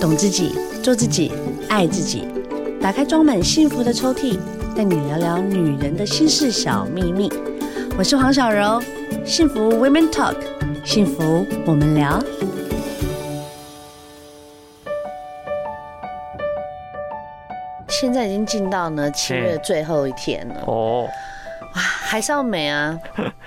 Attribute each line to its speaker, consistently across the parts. Speaker 1: 懂自己，做自己，爱自己。打开装满幸福的抽屉，带你聊聊女人的心事小秘密。我是黄小柔，幸福 Women Talk，幸福我们聊。现在已经进到呢七月
Speaker 2: 嗯
Speaker 1: 最后一天了，
Speaker 2: 哦，
Speaker 1: 哇，还是要美啊，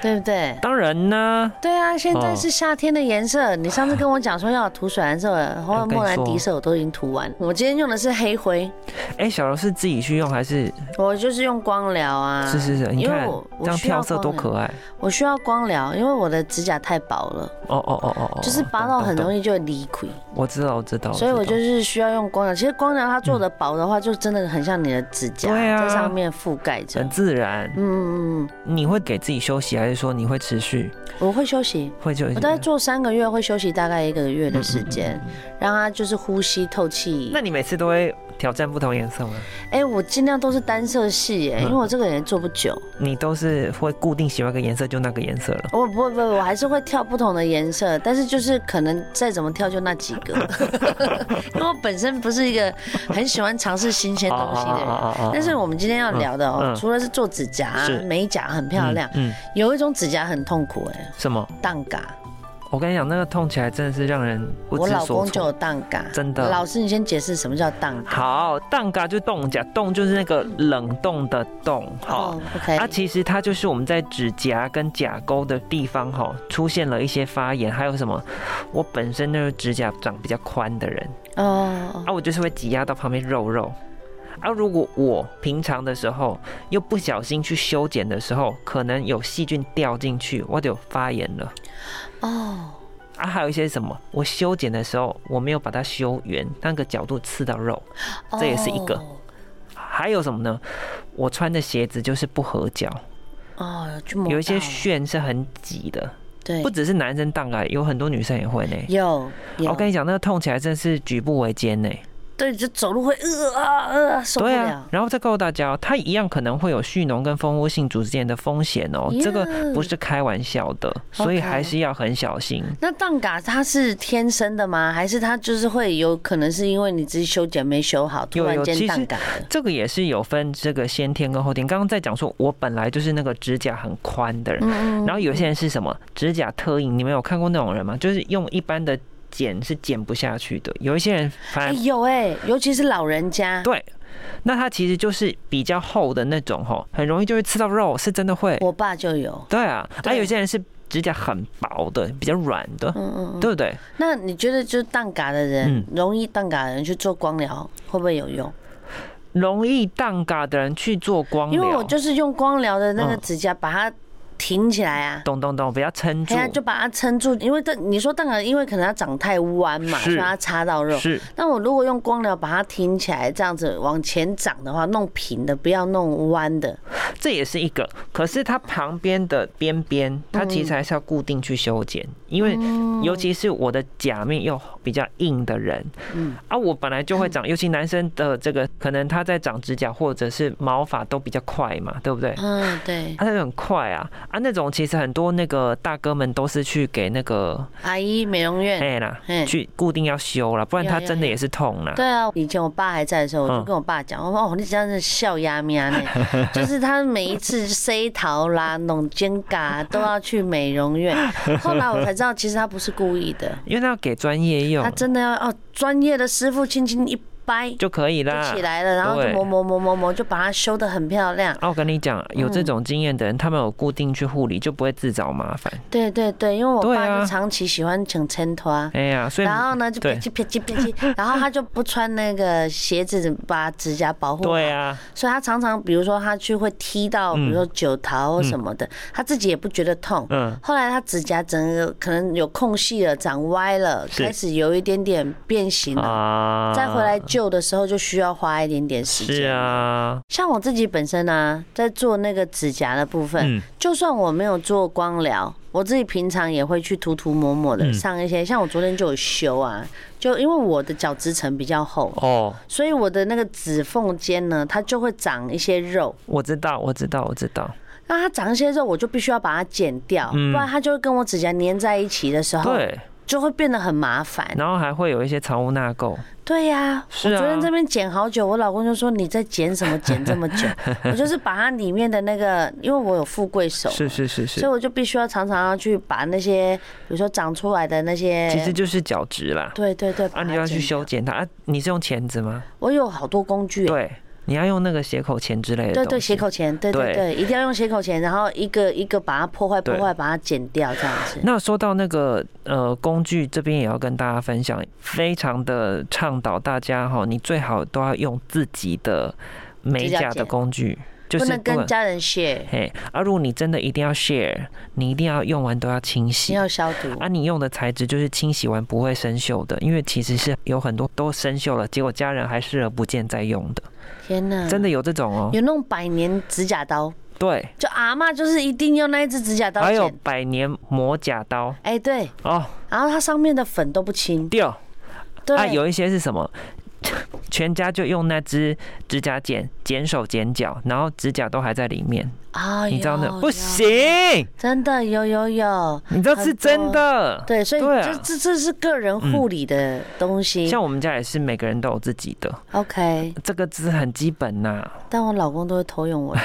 Speaker 1: 对不对？
Speaker 2: 当然呢，
Speaker 1: 对啊，现在
Speaker 2: 哦
Speaker 1: 是夏天的颜色。你上次跟我讲说要涂水蓝色，或者
Speaker 2: 哎我跟你
Speaker 1: 莫兰迪
Speaker 2: 说
Speaker 1: 色，我都已经涂完。我今天用的是黑灰，
Speaker 2: 哎、小柔是自己去用还是？
Speaker 1: 我就是用光疗啊。
Speaker 2: 是是是，你
Speaker 1: 因为
Speaker 2: 看
Speaker 1: 我
Speaker 2: 这
Speaker 1: 我
Speaker 2: 样
Speaker 1: 需要
Speaker 2: 跳色多
Speaker 1: 光疗
Speaker 2: 可爱。
Speaker 1: 我需要光疗，因为我的指甲太薄了，
Speaker 2: 哦哦哦哦哦，
Speaker 1: 就是拔到很容易
Speaker 2: 易。
Speaker 1: 就离溃，
Speaker 2: 我知道，我知道，
Speaker 1: 所以我就
Speaker 2: 哦知
Speaker 1: 是需要用光疗。其实光疗它做的薄的话，就真的很像你的指甲
Speaker 2: 对啊
Speaker 1: 在上面覆盖
Speaker 2: 道
Speaker 1: 着
Speaker 2: 很。自然。
Speaker 1: 嗯嗯嗯，
Speaker 2: 你会给自己休息，还是说你会持续
Speaker 1: 我会休息。
Speaker 2: 会就？
Speaker 1: 我大概做三个月，会休息大概一个月的时间，
Speaker 2: 嗯
Speaker 1: 让它就是呼吸透气。
Speaker 2: 那你每次都会挑战不同颜色吗？
Speaker 1: 哎、我尽量都是单色系，
Speaker 2: 嗯
Speaker 1: 哎，因为我这个人做不久，
Speaker 2: 你都是会固定喜欢一个颜色就那个颜色了。
Speaker 1: 我不会不会，我还是会跳不同的颜色，但是就是可能再怎么跳就那几 个，因为我本身不是一个很喜欢尝试新鲜东西的人。
Speaker 2: 哦
Speaker 1: 但是我们今天要聊的哦，
Speaker 2: 嗯嗯
Speaker 1: 除了是做指甲、
Speaker 2: 是
Speaker 1: 美甲很漂亮，
Speaker 2: 嗯，嗯
Speaker 1: 有一种指甲很痛苦哎、
Speaker 2: 什么？
Speaker 1: 荡嘎。
Speaker 2: 我跟你讲，那个痛起来真的是让人不
Speaker 1: 我
Speaker 2: 知
Speaker 1: 老
Speaker 2: 所
Speaker 1: 公就
Speaker 2: 措。
Speaker 1: 有荡嘎，
Speaker 2: 真的
Speaker 1: 老师，你先解释什么叫荡嘎？
Speaker 2: 好，蛋嘎就冻甲，冻就是那个冷冻的冻，哈。
Speaker 1: 哦，OK，
Speaker 2: 它、啊其实它就是我们在指甲跟甲沟的地方哈、出现了一些发炎，还有什么？我本身就是指甲长比较宽的人
Speaker 1: 哦，
Speaker 2: 啊，我就是会挤压到旁边肉肉啊。如果我平常的时候又不小心去修剪的时候，可能有细菌掉进去，我就有发炎了
Speaker 1: 哦，
Speaker 2: 啊。还有一些什么？我修剪的时候我没有把它修圆，那个角度刺到肉。这也是一个
Speaker 1: 哦
Speaker 2: 还有什么呢？我穿的鞋子就是不合脚，
Speaker 1: 哦，就磨
Speaker 2: 有一些
Speaker 1: 到了
Speaker 2: 楦是很挤的，
Speaker 1: 对
Speaker 2: 不，只是男生当啊，有很多女生也会呢。
Speaker 1: 有有
Speaker 2: 我跟你讲，那个痛起来真是举步维艰呢。
Speaker 1: 对，就走路会呃啊呃，受不
Speaker 2: 对
Speaker 1: 了。
Speaker 2: 啊，然后再告诉大家哦，它一样可能会有蓄脓跟蜂窝性组织炎的风险哦，
Speaker 1: Yeah
Speaker 2: 这个不是开玩笑的，所以
Speaker 1: OK
Speaker 2: 还是要很小心。
Speaker 1: 那荡嘎它是天生的吗？还是它就是会有可能是因为你自己修剪没修好，突
Speaker 2: 有
Speaker 1: 然
Speaker 2: 有
Speaker 1: 间
Speaker 2: 其实
Speaker 1: 荡嘎的？
Speaker 2: 这个也是有分这个先天跟后天。刚刚在讲说，我本来就是那个指甲很宽的人，
Speaker 1: 嗯
Speaker 2: 然后有些人是什么指甲特硬，你们有看过那种人吗？就是用一般的剪是剪不下去的。有一些人反
Speaker 1: 哎
Speaker 2: 而、
Speaker 1: 有哎、尤其是老人家，
Speaker 2: 对，那他其实就是比较厚的那种吼，很容易就会吃到肉，是真的会。
Speaker 1: 我爸就有。
Speaker 2: 对啊，
Speaker 1: 哦对
Speaker 2: 啊有些人是指甲很薄的，比较软的，
Speaker 1: 嗯嗯嗯。
Speaker 2: 对不嗯对？
Speaker 1: 那你觉得就是荡嘎的人，容易荡嘎的人去做光疗会不会有用？
Speaker 2: 容易荡嘎的人去做光
Speaker 1: 因为我
Speaker 2: 疗，
Speaker 1: 就是用光疗的那个
Speaker 2: 嗯
Speaker 1: 指甲把它挺起来啊。
Speaker 2: 懂懂懂，不要撑住
Speaker 1: 哎，呀，就把它撑住，因为这你说荡嘎，因为可能它长太弯嘛，所
Speaker 2: 是
Speaker 1: 以它插到肉。
Speaker 2: 是
Speaker 1: 那我如果用光疗把它挺起来，这样子往前长的话，弄平的，不要弄弯的。
Speaker 2: 这也是一个，可是它旁边的边边，它其实还是要固定去修剪，
Speaker 1: 嗯
Speaker 2: 因为尤其是我的甲面又比较硬的人，
Speaker 1: 嗯
Speaker 2: 啊，我本来就会长，尤其男生的这个，可能他在长指甲或者是毛发都比较快嘛，对不对？
Speaker 1: 嗯，对，
Speaker 2: 他、啊、那个很快啊啊，那种其实很多那个大哥们都是去给那个
Speaker 1: 阿姨美容院。
Speaker 2: 哎、啦，
Speaker 1: 嗯
Speaker 2: 去固定要修啦，不然
Speaker 1: 有
Speaker 2: 他
Speaker 1: 有
Speaker 2: 真的也是痛啦。
Speaker 1: 对啊，以前我爸还在的时候，我就
Speaker 2: 嗯
Speaker 1: 跟我爸讲，我说哦，你这样子笑呀咪 呀呢，就是他每一次塞桃啦、弄肩嘎都要去美容院。后来我才知道，其实他不是故意的，
Speaker 2: 因为他要给专业用
Speaker 1: 他真的要哦，专业的师傅轻轻一掰
Speaker 2: 就可以
Speaker 1: 就
Speaker 2: 啦
Speaker 1: 起。来了，然后就
Speaker 2: 对
Speaker 1: 磨磨磨磨磨，就把它修得很漂亮。
Speaker 2: 啊，我跟你讲，有这种经验的人，他们有固定去护理，就不会自找麻烦。
Speaker 1: 对对对，因为我
Speaker 2: 对
Speaker 1: 爸
Speaker 2: 啊
Speaker 1: 就长期喜欢请衬托。啊
Speaker 2: 哎呀，所以
Speaker 1: 然后呢，就
Speaker 2: 对
Speaker 1: 啪叽啪叽啪 叽，然后他就不穿那个鞋子把指甲保护好，
Speaker 2: 对啊，
Speaker 1: 所以他常常比如说他去会踢到，比如说九桃或什么的，他自己也不觉得痛。
Speaker 2: 嗯，
Speaker 1: 后来他指甲整个可能有空隙了，长歪了，
Speaker 2: 是
Speaker 1: 开始有一点点变形了。
Speaker 2: 啊
Speaker 1: 再回来救的时候就需要花一点点时间。
Speaker 2: 是啊，
Speaker 1: 像我自己本身呢、在做那个指甲的部分，
Speaker 2: 嗯
Speaker 1: 就算我没有做光疗，我自己平常也会去涂涂抹抹的，
Speaker 2: 嗯
Speaker 1: 上一些。像我昨天就有修啊，就因为我的角质层比较厚，
Speaker 2: 哦，
Speaker 1: 所以我的那个指缝间呢，它就会长一些肉。
Speaker 2: 我知道，我知道，我知道，
Speaker 1: 那它长一些肉，我就必须要把它剪掉，
Speaker 2: 嗯
Speaker 1: 不然它就会跟我指甲粘在一起的时候，
Speaker 2: 对，
Speaker 1: 就会变得很麻烦。
Speaker 2: 然后还会有一些藏污纳垢，
Speaker 1: 对呀、
Speaker 2: 是
Speaker 1: 我
Speaker 2: 啊
Speaker 1: 昨天这边剪好久，我老公就说你在剪什么剪这么久？ 我就是把它里面的那个，因为我有富贵手，
Speaker 2: 是是是
Speaker 1: 所以
Speaker 2: 是，
Speaker 1: 我就必须要常常要去把那些，比如说长出来的那些，
Speaker 2: 其实就是角质啦。
Speaker 1: 对对对，把
Speaker 2: 啊，
Speaker 1: 它
Speaker 2: 你要
Speaker 1: 剪
Speaker 2: 去修剪它啊？你是用钳子吗？
Speaker 1: 我有好多工具欸，
Speaker 2: 对，你要用那个斜口钳之类的。
Speaker 1: 对对，斜。口钳，对对
Speaker 2: 对
Speaker 1: 对，一定要用斜口钳，然后一个一个把它破坏破
Speaker 2: 对
Speaker 1: 坏，把它剪掉这样子。
Speaker 2: 那说到那个呃工具这边也要跟大家分享，非常的倡导大家哈，你最好都要用自己的美
Speaker 1: 指甲
Speaker 2: 甲的
Speaker 1: 剪
Speaker 2: 工具，就
Speaker 1: 不
Speaker 2: 是
Speaker 1: 能跟
Speaker 2: 管
Speaker 1: 家人 share，
Speaker 2: 嘿，啊，如果你真的一定要 share，你一定要用完都要清
Speaker 1: 你
Speaker 2: 洗。
Speaker 1: 要消毒。
Speaker 2: 啊，你用的材质就是清洗完不会生锈的，因为其实是有很多都生锈了，结果家人还视而不见在用的，
Speaker 1: 天哪，
Speaker 2: 真的有这种哦。
Speaker 1: 有那种百年指甲刀，
Speaker 2: 对，
Speaker 1: 就阿嬷就是一定用那一只指甲刀
Speaker 2: 还有
Speaker 1: 剪。
Speaker 2: 百年磨甲刀
Speaker 1: 哎，对，
Speaker 2: 哦，
Speaker 1: 然后它上面的粉都不清。
Speaker 2: 掉
Speaker 1: 对，
Speaker 2: 啊，有一些是什么？ 全家就用那只指甲剪剪手剪脚，然后指甲都还在里面，
Speaker 1: 啊，
Speaker 2: 你知道那
Speaker 1: 有
Speaker 2: 不，行，
Speaker 1: 真的有有有。
Speaker 2: 你知道是真
Speaker 1: 很
Speaker 2: 的。
Speaker 1: 对，所以这
Speaker 2: 对啊嗯
Speaker 1: 这这是个人护理的东西。
Speaker 2: 像我们家也是每个人都有自己的，
Speaker 1: OK，
Speaker 2: 这个是很基本呐、
Speaker 1: 但我老公都会偷用 我的，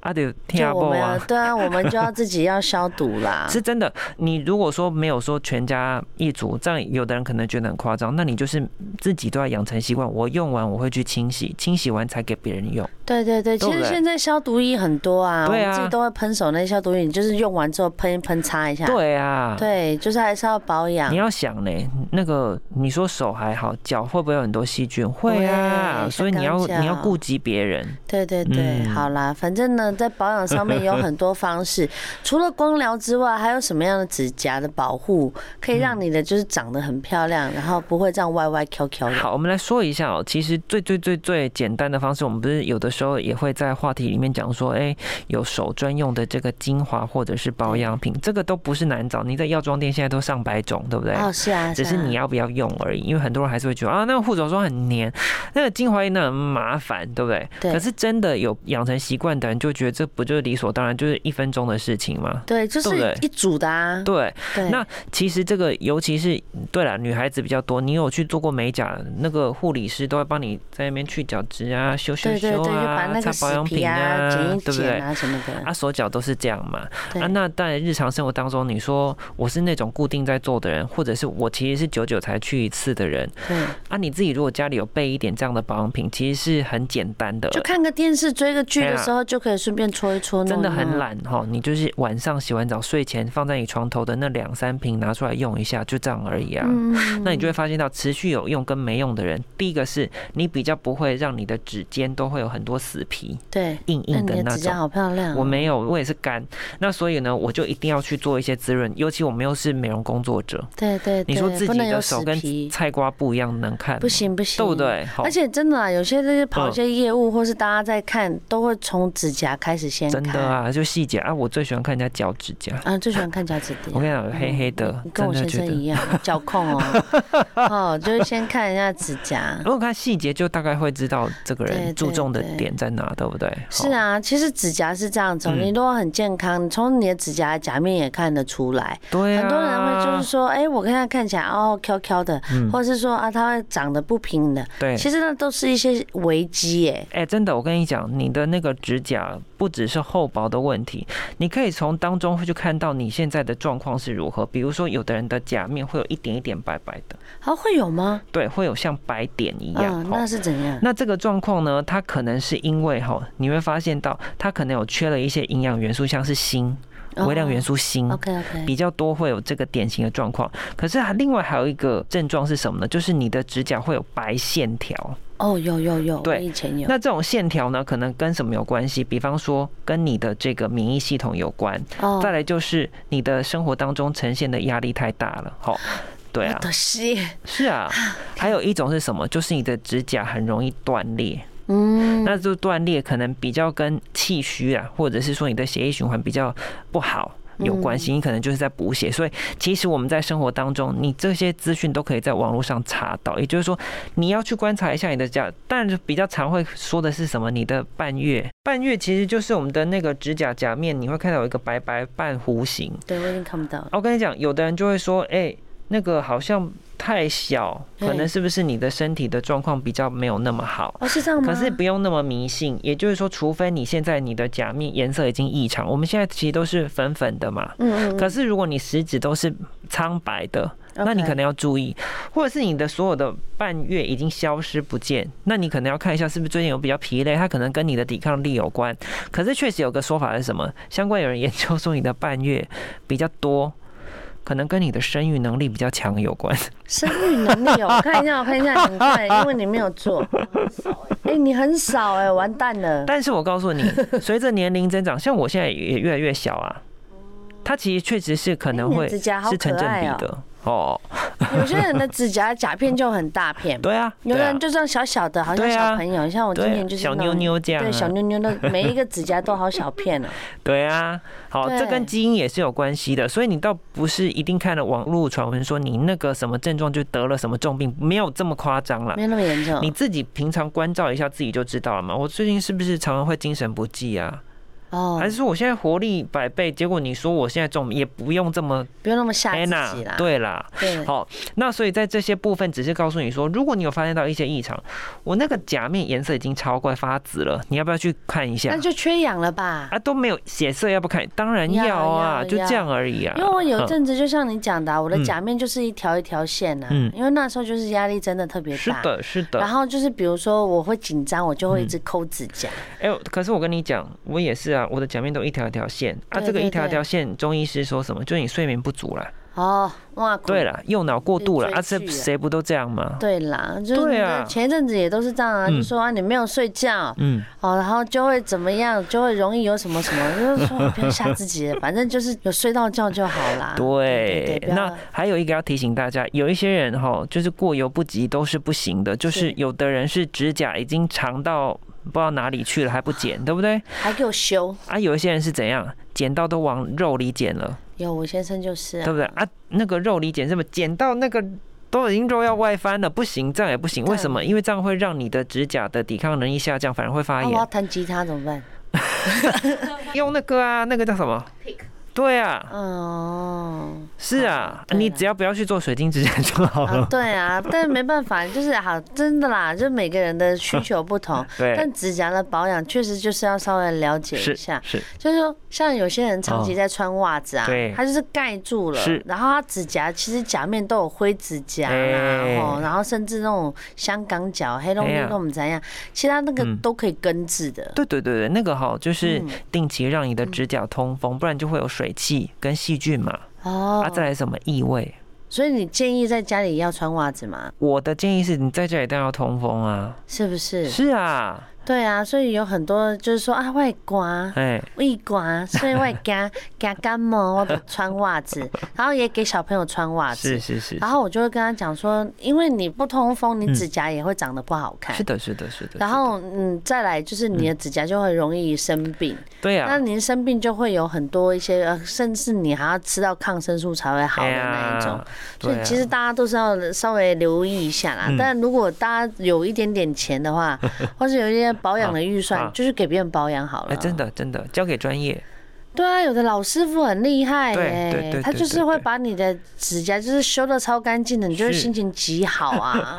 Speaker 2: 啊，得听
Speaker 1: 就
Speaker 2: 阿
Speaker 1: 我
Speaker 2: 伯
Speaker 1: 们要
Speaker 2: 啊，
Speaker 1: 对啊，我们就要自己要消毒 啦。
Speaker 2: 是真的。你如果说没有说全家一族，这样有的人可能觉得很夸张，那你就是自己都要养成习惯。我用完我会去清洗，清洗完才给别人用。
Speaker 1: 对对对，
Speaker 2: 对
Speaker 1: 其
Speaker 2: 不
Speaker 1: 实
Speaker 2: 对
Speaker 1: 现在消毒液很多啊，
Speaker 2: 对啊
Speaker 1: 我自己都会喷手那些消毒液，你就是用完之后喷一喷擦一下。
Speaker 2: 对啊，
Speaker 1: 对，就是还是要保养
Speaker 2: 你。要想呢，那个你说手还好，脚会不会有很多细菌？会啊，
Speaker 1: 会
Speaker 2: 所以你要
Speaker 1: 像刚
Speaker 2: 你要
Speaker 1: 讲
Speaker 2: 顾及别人。
Speaker 1: 对对对，
Speaker 2: 嗯
Speaker 1: 好啦，反正呢，在保养上面有很多方式，除了光疗之外，还有什么样的指甲的保护可以让
Speaker 2: 嗯
Speaker 1: 你的就是长得很漂亮，然后不会这样歪歪翘翘的？
Speaker 2: 好，我们来说一下哦。其实最最最最简单的方式，我们不是有的时候也会在话题里面讲说，哎，有手专用的这个精华或者是保养品，这个都不是难找。你在药妆店现在都上百种，对不对？
Speaker 1: 哦，是啊，
Speaker 2: 只是
Speaker 1: 啊
Speaker 2: 你要不要用而已，因为很多人还是会觉得啊，那个护手霜很黏，那个精华液那很麻烦，对不对？
Speaker 1: 对
Speaker 2: 可是真的有养成习惯的人，就觉得这不就是理所当然，就是一分钟的事情吗？
Speaker 1: 对，就
Speaker 2: 对不
Speaker 1: 是
Speaker 2: 对
Speaker 1: 一组的啊。
Speaker 2: 对，
Speaker 1: 对，
Speaker 2: 那其实这个，尤其是对了，女孩子比较多。你有去做过美甲，那个护理师都会帮你在那边去角质啊、修修
Speaker 1: 对对
Speaker 2: 修
Speaker 1: 对，就把
Speaker 2: 啊、
Speaker 1: 那
Speaker 2: 擦
Speaker 1: 个死
Speaker 2: 保养
Speaker 1: 皮
Speaker 2: 品
Speaker 1: 啊剪一
Speaker 2: 对不
Speaker 1: 剪
Speaker 2: 对？
Speaker 1: 啊什么的。
Speaker 2: 啊，手脚都是这样嘛。
Speaker 1: 对
Speaker 2: 啊，那在日常生活当中，你说我是那种固定在做的人，或者是我其实是久久才去一次的人
Speaker 1: 对，
Speaker 2: 啊，你自己如果家里有备一点这样的保养品，其实是很简单的。
Speaker 1: 就看个电视、追个剧
Speaker 2: 哎
Speaker 1: 的
Speaker 2: 呀
Speaker 1: 时候，就可以顺便搓一搓。
Speaker 2: 真的
Speaker 1: 弄啊一弄
Speaker 2: 很。懒哈，你就是晚上洗完澡睡前放在你床头的那两三瓶拿出来用一下，就这样而已啊。
Speaker 1: 嗯
Speaker 2: 那你就会发现到持续有用跟没用的人，第一个是你比较不会让你的指尖都会有很多死皮
Speaker 1: 对，
Speaker 2: 硬
Speaker 1: 那
Speaker 2: 硬的
Speaker 1: 嗯你的
Speaker 2: 那
Speaker 1: 指甲
Speaker 2: 种。
Speaker 1: 好漂亮哦。
Speaker 2: 我没有，我也是干，那所以呢，我就一定要去做一些滋润，尤其我们又是美容工作者，
Speaker 1: 对对对，
Speaker 2: 你说自
Speaker 1: 不
Speaker 2: 己
Speaker 1: 能有
Speaker 2: 的
Speaker 1: 死
Speaker 2: 手跟
Speaker 1: 皮，
Speaker 2: 菜瓜不一样能看吗，
Speaker 1: 不行不行，
Speaker 2: 对不？对？好
Speaker 1: 而且真的啊，有些就是跑一些业务，或是大家在看，都会从指甲开始先
Speaker 2: 真
Speaker 1: 看。
Speaker 2: 的啊，就细节啊，我最喜欢看人家脚指甲，
Speaker 1: 啊，最喜欢看脚趾甲。
Speaker 2: 我跟你讲，黑黑的
Speaker 1: 你，跟
Speaker 2: 真
Speaker 1: 我
Speaker 2: 的
Speaker 1: 先
Speaker 2: 觉
Speaker 1: 生
Speaker 2: 得。
Speaker 1: 一样，脚控哦，哦，就是先看人家指甲。
Speaker 2: 如果看细节，就大概会知道这个
Speaker 1: 对对
Speaker 2: 人注重的
Speaker 1: 对
Speaker 2: 点在哪，对不对？好
Speaker 1: 是，啊，其实指甲是这样子哦，
Speaker 2: 嗯
Speaker 1: 你如果很健康，你从你的指甲的甲面也看得出来。
Speaker 2: 对啊，
Speaker 1: 很多人会就是说，哎，我看他看起来哦飘飘的，
Speaker 2: 嗯
Speaker 1: 或者是说啊，它会长得不平的，
Speaker 2: 对，
Speaker 1: 其实那都是一些危机耶。
Speaker 2: 哎、真的，我跟你讲，你的那个指甲不只是厚薄的问题，你可以从当中会去看到你现在的状况是如何。比如说，有的人的甲面会有一点一点白白的，
Speaker 1: 啊，会有吗？
Speaker 2: 对，会有像白点一样。
Speaker 1: 嗯，
Speaker 2: 吼
Speaker 1: 那是怎样？
Speaker 2: 那这个状况呢，它可能是因为哈，吼你会发现到它可能有缺了一些营养元素，像是锌、微量元素锌。
Speaker 1: 哦 OK OK，
Speaker 2: 比较多会有这个典型的状况，可是还另外还有一个症状是什么呢？就是你的指甲会有白线条，
Speaker 1: 哦，有有有，我
Speaker 2: 对
Speaker 1: 以前有。
Speaker 2: 那这种线条呢，可能跟什么有关系？比方说跟你的这个免疫系统有关，
Speaker 1: 哦
Speaker 2: 再来就是你的生活当中呈现的压力太大了，吼。对
Speaker 1: 我
Speaker 2: 啊，
Speaker 1: 的是，
Speaker 2: 是啊，还有一种是什么？就是你的指甲很容易断裂，
Speaker 1: 嗯，
Speaker 2: 那就断裂可能比较跟气虚啊，或者是说你的血液循环比较不好。有关系，你可能就是在补血，所以其实我们在生活当中，你这些资讯都可以在网络上查到。也就是说，你要去观察一下你的甲，但是比较常会说的是什么？你的半月，半月其实就是我们的那个指甲甲面，你会看到有一个白白半弧形。哦
Speaker 1: 对我已经看不到了。
Speaker 2: 我跟你讲，有的人就会说，哎、那个好像太小，可能
Speaker 1: 嗯
Speaker 2: 是不是你的身体的状况比较没有那么好？
Speaker 1: 哦，是这样吗？
Speaker 2: 可是不用那么迷信，也就是说，除非你现在你的假面颜色已经异常，我们现在其实都是粉粉的嘛。
Speaker 1: 嗯，嗯
Speaker 2: 可是如果你食指都是苍白的，
Speaker 1: 嗯
Speaker 2: 那你
Speaker 1: OK
Speaker 2: 可能要注意，或者是你的所有的半月已经消失不见，那你可能要看一下是不是最近有比较疲累，它可能跟你的抵抗力有关。可是确实有个说法是什么？相关有人研究说你的半月比较多。可能跟你的生育能力比较强有关，
Speaker 1: 生育能力哦，我看一下，我看一下，很快，因为你没有做。哎、你很少哎、完蛋了。
Speaker 2: 但是我告诉你，随着年龄增长，像我现在也越来越小啊，它其实确实是可能
Speaker 1: 哎你的
Speaker 2: 会
Speaker 1: 指甲好
Speaker 2: 是成
Speaker 1: 可
Speaker 2: 正
Speaker 1: 爱
Speaker 2: 比
Speaker 1: 哦
Speaker 2: 的哦。
Speaker 1: 有些人的指甲甲片就很大片，
Speaker 2: 对啊，
Speaker 1: 有
Speaker 2: 对
Speaker 1: 的
Speaker 2: 啊
Speaker 1: 人就这样小小的，好像
Speaker 2: 对啊
Speaker 1: 小朋友。像我今
Speaker 2: 对啊
Speaker 1: 年就是
Speaker 2: 小
Speaker 1: 那
Speaker 2: 妞
Speaker 1: 种
Speaker 2: 妞这样啊
Speaker 1: 对，小妞妞的 每一个指甲都好小片哦、
Speaker 2: 对啊，好，这
Speaker 1: 对
Speaker 2: 跟基因也是有关系的，所以你倒不是一定看了网络传闻说你那个什么症状就得了什么重病，没有这么夸张啦
Speaker 1: 没。有那么严重。
Speaker 2: 你自己平常关照一下自己就知道了嘛。我最近是不是常常会精神不济啊？
Speaker 1: 哦
Speaker 2: 还，是说我现在活力百倍，结果你说我现在重病，也不用这么
Speaker 1: 不用那么吓
Speaker 2: 哎呐
Speaker 1: 自己啦。
Speaker 2: 对啦。
Speaker 1: 对
Speaker 2: 好，那所以在这些部分，只是告诉你说，如果你有发现到一些异常，我那个假面颜色已经超过发紫了，你要不要去看一下
Speaker 1: 那？就缺氧了吧？
Speaker 2: 啊，都没有血色，要不看？当然
Speaker 1: 要
Speaker 2: 要啊，
Speaker 1: 要
Speaker 2: 就这样而已啊。
Speaker 1: 因为我有一
Speaker 2: 嗯
Speaker 1: 阵子就像你讲的啊、我的
Speaker 2: 嗯
Speaker 1: 甲面就是一条一条线呐、啊
Speaker 2: 嗯
Speaker 1: 因为那时候就是压力真的特别
Speaker 2: 是
Speaker 1: 大。
Speaker 2: 的，是
Speaker 1: 然
Speaker 2: 的。
Speaker 1: 后就是比如说我会紧张，我就会一直抠指甲。
Speaker 2: 哎、可是我跟你讲，我也是啊，我的假面都一条一条线啊。
Speaker 1: 对
Speaker 2: 这个
Speaker 1: 对
Speaker 2: 一条一
Speaker 1: 对
Speaker 2: 条线，中医师说什么？就是你睡眠不足啦，
Speaker 1: 哦，哇，苦
Speaker 2: 对啦，右脑过度了啊，
Speaker 1: 是
Speaker 2: 这
Speaker 1: 追剧啊
Speaker 2: 谁不都这样吗？
Speaker 1: 对啦，就是
Speaker 2: 对
Speaker 1: 你
Speaker 2: 啊
Speaker 1: 的前一阵子也都是这样啊，
Speaker 2: 嗯
Speaker 1: 就说啊你没有睡觉，
Speaker 2: 嗯，
Speaker 1: 哦，然后就会怎么样，就会容易有什么什么，就是说哦不要吓自己， 反正就是有睡到觉就好啦。对对，
Speaker 2: 对
Speaker 1: 不。要
Speaker 2: 那还有一个要提醒大家，有一些人哈，就是过犹不及都是不行的，就是
Speaker 1: 是
Speaker 2: 有的人是指甲已经长到不知道哪里去了还 不剪，对不对？
Speaker 1: 还给我修。
Speaker 2: 啊，有一些人是怎样，剪到都往肉里剪了。
Speaker 1: 有我先生就是、啊
Speaker 2: 对，不对啊？那个肉里剪什么？剪到那个都已经肉要外翻了，不行，这样也不行。
Speaker 1: 对
Speaker 2: 为什么？因为这样会让你的指甲的抵抗能力下降，反而会发
Speaker 1: 啊我
Speaker 2: 炎。
Speaker 1: 要弹吉他怎么办？
Speaker 2: 用那个啊，那个叫什么？对啊，
Speaker 1: 嗯，
Speaker 2: 是啊，
Speaker 1: 哦对啦
Speaker 2: 你只要不要去做水晶指甲就好了。
Speaker 1: 啊，对啊，但没办法，就是好，真的啦，就每个人的需求不同，
Speaker 2: 对，
Speaker 1: 但指甲的保养确实就是要稍微了解
Speaker 2: 是
Speaker 1: 一下。
Speaker 2: 是，
Speaker 1: 就是说，像有些人长期
Speaker 2: 哦
Speaker 1: 在穿袜子啊，
Speaker 2: 对
Speaker 1: 他就是盖住了
Speaker 2: 是，
Speaker 1: 然后他指甲其实甲面都有灰指甲啦，
Speaker 2: 哎
Speaker 1: 哦，然后甚至那种香港脚、黑龙
Speaker 2: 哎
Speaker 1: 江
Speaker 2: 呀
Speaker 1: 都我们怎样，其他那个
Speaker 2: 嗯
Speaker 1: 都可以根治的。
Speaker 2: 对对对对，那个哈，就是
Speaker 1: 嗯
Speaker 2: 定期让你的指甲通风，不然就会有水汽跟细菌嘛。
Speaker 1: 哦
Speaker 2: 啊，，再来什么异味？
Speaker 1: 所以你建议在家里要穿袜子吗？
Speaker 2: 我的建议是你在家里当然要通风啊。
Speaker 1: 是不是？
Speaker 2: 是啊，
Speaker 1: 对啊，所以有很多就是说啊，外刮、
Speaker 2: 哎，
Speaker 1: 胃刮，所以外 干、干感冒，我得穿袜子，然后也给小朋友穿袜子
Speaker 2: 是。是是，嗯
Speaker 1: 然后我就会跟他讲说，因为你不通风，你指甲也会长得不好看。
Speaker 2: 是的，是的，是的。
Speaker 1: 然后，嗯，再来就是你的指甲就会容易生病，
Speaker 2: 对啊，
Speaker 1: 那您生病就会有很多一些，呃甚至你还要吃到抗生素才会好的那一种。
Speaker 2: 哎呀
Speaker 1: 所以
Speaker 2: 对啊
Speaker 1: 其实大家都是要稍微留意一下啦。
Speaker 2: 嗯
Speaker 1: 但如果大家有一点点钱的 话，或是有一些保养的预算，
Speaker 2: 啊啊
Speaker 1: 就是给别人保养好了。
Speaker 2: 哎，真。的真的交给专业，
Speaker 1: 对啊，有的老师傅很厉害
Speaker 2: 对
Speaker 1: 耶、
Speaker 2: 对对
Speaker 1: 他
Speaker 2: 对
Speaker 1: 就是
Speaker 2: 对
Speaker 1: 会
Speaker 2: 对
Speaker 1: 把你的指甲就是修的超干净的，你就会
Speaker 2: 是
Speaker 1: 心情极好 啊。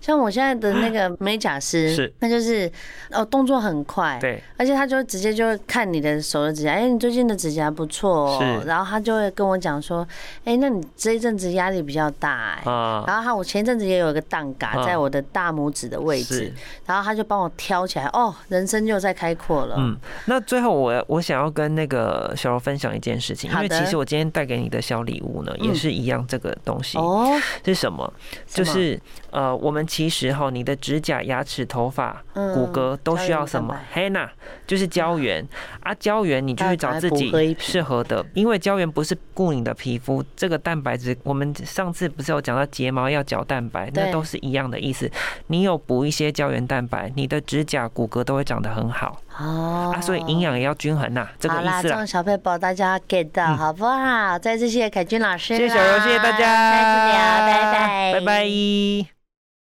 Speaker 1: 像我现在的那个美甲师
Speaker 2: 是，
Speaker 1: 那就是哦动作很快，
Speaker 2: 对，
Speaker 1: 而且他就直接就会看你的手的指甲，哎、你最近的指甲不错哦。
Speaker 2: 是
Speaker 1: 然后他就会跟我讲说，哎、那你这一阵子压力比较大哎、
Speaker 2: 啊，
Speaker 1: 然后他，我前一阵子也有一个蛋嘎
Speaker 2: 啊
Speaker 1: 在我的大拇指的位置
Speaker 2: 是，，
Speaker 1: 然后他就帮我挑起来，哦，人生又在开阔了。
Speaker 2: 嗯，那最后我我想要跟那个小柔分享一件事情，因
Speaker 1: 好
Speaker 2: 为
Speaker 1: 的
Speaker 2: 其实我今天带给你的小礼物呢，也
Speaker 1: 嗯
Speaker 2: 是一样这个东西
Speaker 1: 哦，
Speaker 2: 是什么？就
Speaker 1: 什么
Speaker 2: 是呃，我们其实哈，你的指甲、牙齿、头发、
Speaker 1: 嗯
Speaker 2: 骨骼都需要什么？黑呐，就是胶原啊，胶原你就去找
Speaker 1: 大家
Speaker 2: 自
Speaker 1: 赶快补喝一
Speaker 2: 己
Speaker 1: 瓶
Speaker 2: 适合的，因为胶原不是固你的皮肤，这个蛋白质我们上次不是有讲到睫毛要角蛋白，
Speaker 1: 对
Speaker 2: 那都是一样的意思。你有补一些胶原蛋白，你的指甲、骨骼都会长得很好
Speaker 1: 哦
Speaker 2: 啊，所以营养也要均衡呐，这个
Speaker 1: 好
Speaker 2: 意
Speaker 1: 啦，
Speaker 2: 思
Speaker 1: 这
Speaker 2: 啦
Speaker 1: 种。小配宝大家 get 到好不好？再次谢谢凯君老师啦，
Speaker 2: 谢谢小柔，谢谢大家，
Speaker 1: 下次聊，拜拜，
Speaker 2: 拜拜。